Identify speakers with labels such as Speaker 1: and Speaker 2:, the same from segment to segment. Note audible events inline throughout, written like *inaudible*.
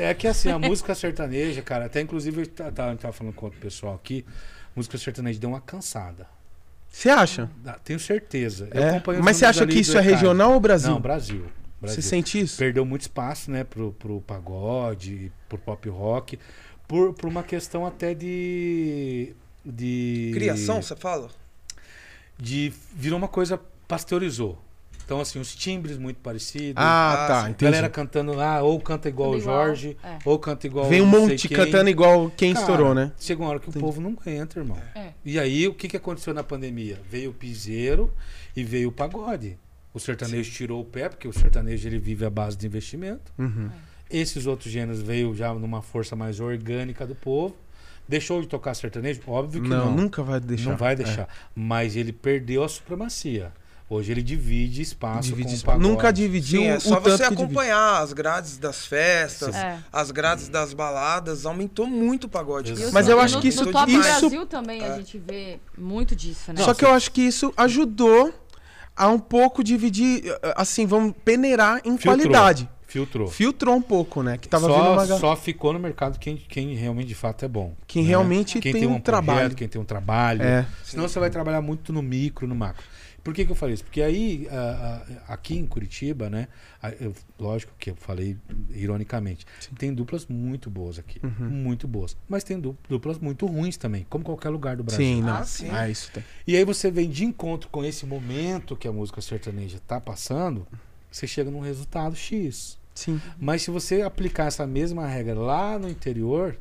Speaker 1: É que assim, a música sertaneja, cara, até inclusive eu ta- ta- tava falando com outro pessoal aqui, música sertaneja deu uma cansada.
Speaker 2: Você acha?
Speaker 1: Dá- Tenho certeza. Eu
Speaker 2: É.
Speaker 1: acompanho os
Speaker 2: Mas você
Speaker 1: números
Speaker 2: acha
Speaker 1: ali
Speaker 2: que
Speaker 1: do
Speaker 2: isso é
Speaker 1: Ecai.
Speaker 2: regional ou Brasil?
Speaker 1: Não, Brasil.
Speaker 2: Você
Speaker 1: Brasil.
Speaker 2: sente isso?
Speaker 1: Perdeu muito espaço, né, pro, pro pagode, pro pop rock, por, por uma questão até de. de
Speaker 3: Criação, você fala?
Speaker 1: De. Virou uma coisa. pasteurizou. Então, assim, os timbres muito parecidos.
Speaker 2: Ah,
Speaker 3: Ah,
Speaker 2: tá.
Speaker 3: sim.
Speaker 1: A
Speaker 2: Entendi.
Speaker 1: galera cantando lá, ou canta igual o
Speaker 4: Tudo igual,
Speaker 1: Jorge,
Speaker 4: é.
Speaker 1: ou canta igual
Speaker 2: Vem um
Speaker 1: não sei
Speaker 2: monte
Speaker 1: quem.
Speaker 2: cantando igual quem
Speaker 1: Cara,
Speaker 2: estourou, né?
Speaker 1: Chega uma hora que
Speaker 2: Entendi.
Speaker 1: o povo não aguenta, irmão.
Speaker 4: É.
Speaker 1: E aí, o que, que aconteceu na pandemia? Veio o piseiro e veio o pagode. O sertanejo tirou o pé, porque o sertanejo ele vive à base de investimento.
Speaker 2: Uhum.
Speaker 1: Esses outros gêneros veio já numa força mais orgânica do povo. Deixou de tocar sertanejo? Óbvio que
Speaker 2: Não,
Speaker 1: não.
Speaker 2: nunca vai deixar.
Speaker 1: Não vai
Speaker 2: É.
Speaker 1: deixar. Mas ele perdeu a supremacia. Hoje ele divide espaço
Speaker 2: Divide
Speaker 1: com o
Speaker 2: isso.
Speaker 1: pagode.
Speaker 2: Nunca dividiu
Speaker 3: Sim, é
Speaker 2: o
Speaker 3: só
Speaker 2: tanto
Speaker 3: você
Speaker 2: que divide.
Speaker 3: acompanhar as grades das festas,
Speaker 4: É.
Speaker 3: as grades das baladas, aumentou muito o pagode.
Speaker 1: Exato.
Speaker 4: E o-
Speaker 2: Mas eu
Speaker 4: e
Speaker 2: acho
Speaker 4: no-
Speaker 2: que isso-
Speaker 4: No top
Speaker 2: isso-
Speaker 4: Brasil também a gente vê muito disso, né?
Speaker 2: Só que eu acho que isso ajudou a um pouco dividir, assim, vamos peneirar em
Speaker 1: Filtrou.
Speaker 2: qualidade.
Speaker 1: Filtrou.
Speaker 2: Filtrou um pouco, né? Que tava vindo
Speaker 1: só,
Speaker 2: uma... ga-
Speaker 1: só ficou no mercado quem, quem realmente de fato é bom.
Speaker 2: Quem realmente
Speaker 1: Quem
Speaker 2: tem um trabalho.
Speaker 1: Quem tem um trabalho.
Speaker 2: É.
Speaker 1: Senão você vai trabalhar muito no micro, no macro. Por que, que eu falei isso? Porque aí, a- a- aqui em Curitiba, né? a- eu- lógico que eu falei ironicamente. Tem duplas muito boas aqui.
Speaker 2: Uhum.
Speaker 1: Muito boas. Mas tem du- duplas muito ruins também, como qualquer lugar do Brasil.
Speaker 2: Sim, não. Ah,
Speaker 3: Ah, sim.
Speaker 2: isso tem.
Speaker 1: E aí você vem de encontro com esse momento que a música sertaneja tá passando, você chega num resultado X.
Speaker 2: Sim.
Speaker 1: Mas se você aplicar essa mesma regra lá no interior,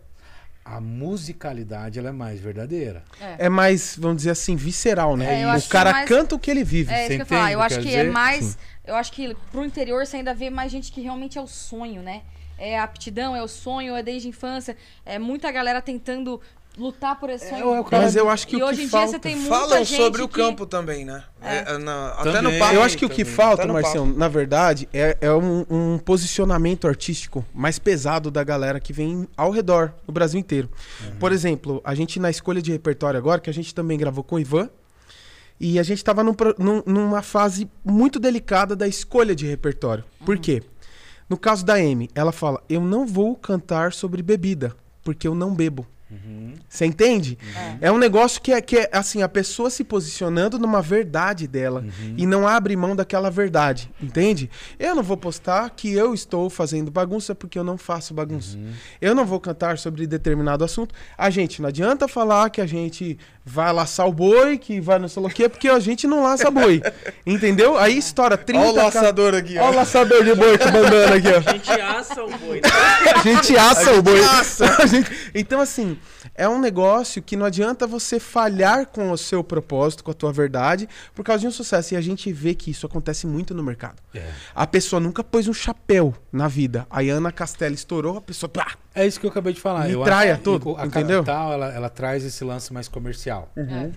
Speaker 1: a musicalidade ela é mais verdadeira.
Speaker 2: É mais, vamos dizer assim, visceral, né?
Speaker 4: É, eu acho
Speaker 2: o cara
Speaker 4: que é mais-
Speaker 2: canta o que ele vive.
Speaker 4: É isso que eu ia falar.
Speaker 1: entende o
Speaker 4: Eu
Speaker 1: que
Speaker 4: acho
Speaker 1: eu
Speaker 4: que
Speaker 1: quero
Speaker 4: é
Speaker 1: dizer?
Speaker 4: mais. Eu acho que pro interior você ainda vê mais gente que realmente é o sonho, né? É a aptidão, é o sonho, é desde a infância. É muita galera tentando lutar por esse sonho.
Speaker 1: é o cara-
Speaker 2: Mas eu acho que
Speaker 4: e
Speaker 2: o que
Speaker 4: hoje em
Speaker 2: falta-
Speaker 4: dia você tem muita
Speaker 3: Falam
Speaker 4: gente
Speaker 3: sobre o
Speaker 4: que-
Speaker 3: campo também, né? É, é, na- até no
Speaker 1: Também.
Speaker 3: papo.
Speaker 2: Tá Eu acho que o que
Speaker 1: também.
Speaker 2: falta,
Speaker 3: Tá no
Speaker 2: Marcião, na verdade, é, é um, um posicionamento artístico mais pesado da galera que vem ao redor, no Brasil inteiro. Por exemplo, a gente na escolha de repertório agora, que a gente também gravou com o Ivan, e a gente estava numa fase muito delicada da escolha de repertório. Por quê? No caso da Amy, ela fala: Eu não vou cantar sobre bebida, porque eu não bebo.
Speaker 3: Uhum.
Speaker 2: Você entende? É um negócio que é, que é assim, a pessoa se posicionando numa verdade dela
Speaker 3: Uhum.
Speaker 2: e não abre mão daquela verdade, entende? Eu não vou postar que eu estou fazendo bagunça porque eu não faço bagunça.
Speaker 3: Uhum.
Speaker 2: Eu não vou cantar sobre determinado assunto. A gente não adianta falar que a gente vai laçar o boi, que vai não sei lá o quê, porque a gente não laça
Speaker 3: *laughs*
Speaker 2: boi. entendeu? Aí estoura 30
Speaker 3: Olha o laçador aqui,
Speaker 2: Olha
Speaker 3: ó.
Speaker 2: o laçador de boi que mandando aqui, ó.
Speaker 5: A gente aça o boi. né?
Speaker 2: A gente assa o boi. A gente- Então, assim, é um negócio que não adianta você falhar com o seu propósito, com a tua verdade, por causa de um sucesso. E a gente vê que isso acontece muito no mercado.
Speaker 1: É.
Speaker 2: A pessoa nunca pôs um chapéu na vida. A Ana Castela estourou, a pessoa. Pá!
Speaker 1: É isso que eu acabei de falar.
Speaker 2: Me
Speaker 1: Eu
Speaker 2: traia
Speaker 1: acho que
Speaker 2: tudo,
Speaker 1: a
Speaker 2: entendeu?
Speaker 1: Capital, ela, ela traz esse lance mais comercial.
Speaker 4: É.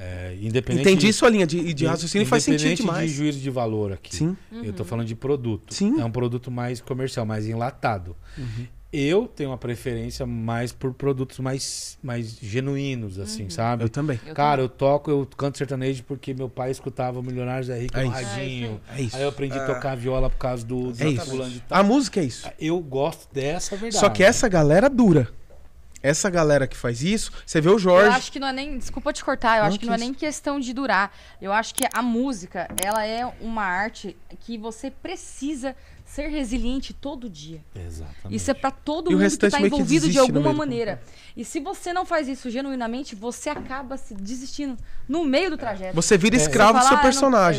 Speaker 1: É, independente
Speaker 2: Entendi sua linha de, de raciocínio faz sentido
Speaker 1: independente
Speaker 2: demais.
Speaker 1: de juízo de valor aqui.
Speaker 2: Sim.
Speaker 1: Eu tô falando de produto.
Speaker 2: Sim. Uhum.
Speaker 1: É um produto mais comercial, mais enlatado. Eu tenho uma preferência mais por produtos mais, mais genuínos, assim, sabe?
Speaker 2: Eu também.
Speaker 4: Eu
Speaker 1: Cara, eu toco, eu canto sertanejo porque meu pai escutava Milionários da Rica
Speaker 2: É
Speaker 1: no
Speaker 2: isso.
Speaker 1: radinho.
Speaker 2: É isso.
Speaker 1: Aí eu aprendi a tocar viola por causa do, do
Speaker 2: É isso.
Speaker 1: fulano de tal.
Speaker 2: A música é isso.
Speaker 1: Eu gosto dessa verdade.
Speaker 2: Só que essa galera dura. Essa galera que faz isso, você vê o Jorge.
Speaker 4: Eu acho que não é nem. Desculpa te cortar, eu
Speaker 2: Não,
Speaker 4: acho que
Speaker 2: que
Speaker 4: não é
Speaker 2: isso.
Speaker 4: nem questão de durar. Eu acho que a música, ela é uma arte que você precisa ser resiliente todo dia.
Speaker 1: Exatamente.
Speaker 4: Isso é pra
Speaker 2: E
Speaker 4: todo
Speaker 2: o
Speaker 4: mundo que
Speaker 2: restante
Speaker 4: tá
Speaker 2: meio que
Speaker 4: envolvido de
Speaker 2: desiste no
Speaker 4: alguma
Speaker 2: meio do
Speaker 4: maneira. E se você não faz isso genuinamente, você acaba se desistindo no meio do trajeto.
Speaker 2: Você vira
Speaker 1: É.
Speaker 2: escravo do
Speaker 4: Você fala,
Speaker 2: seu
Speaker 4: "Ah, eu não-
Speaker 2: personagem.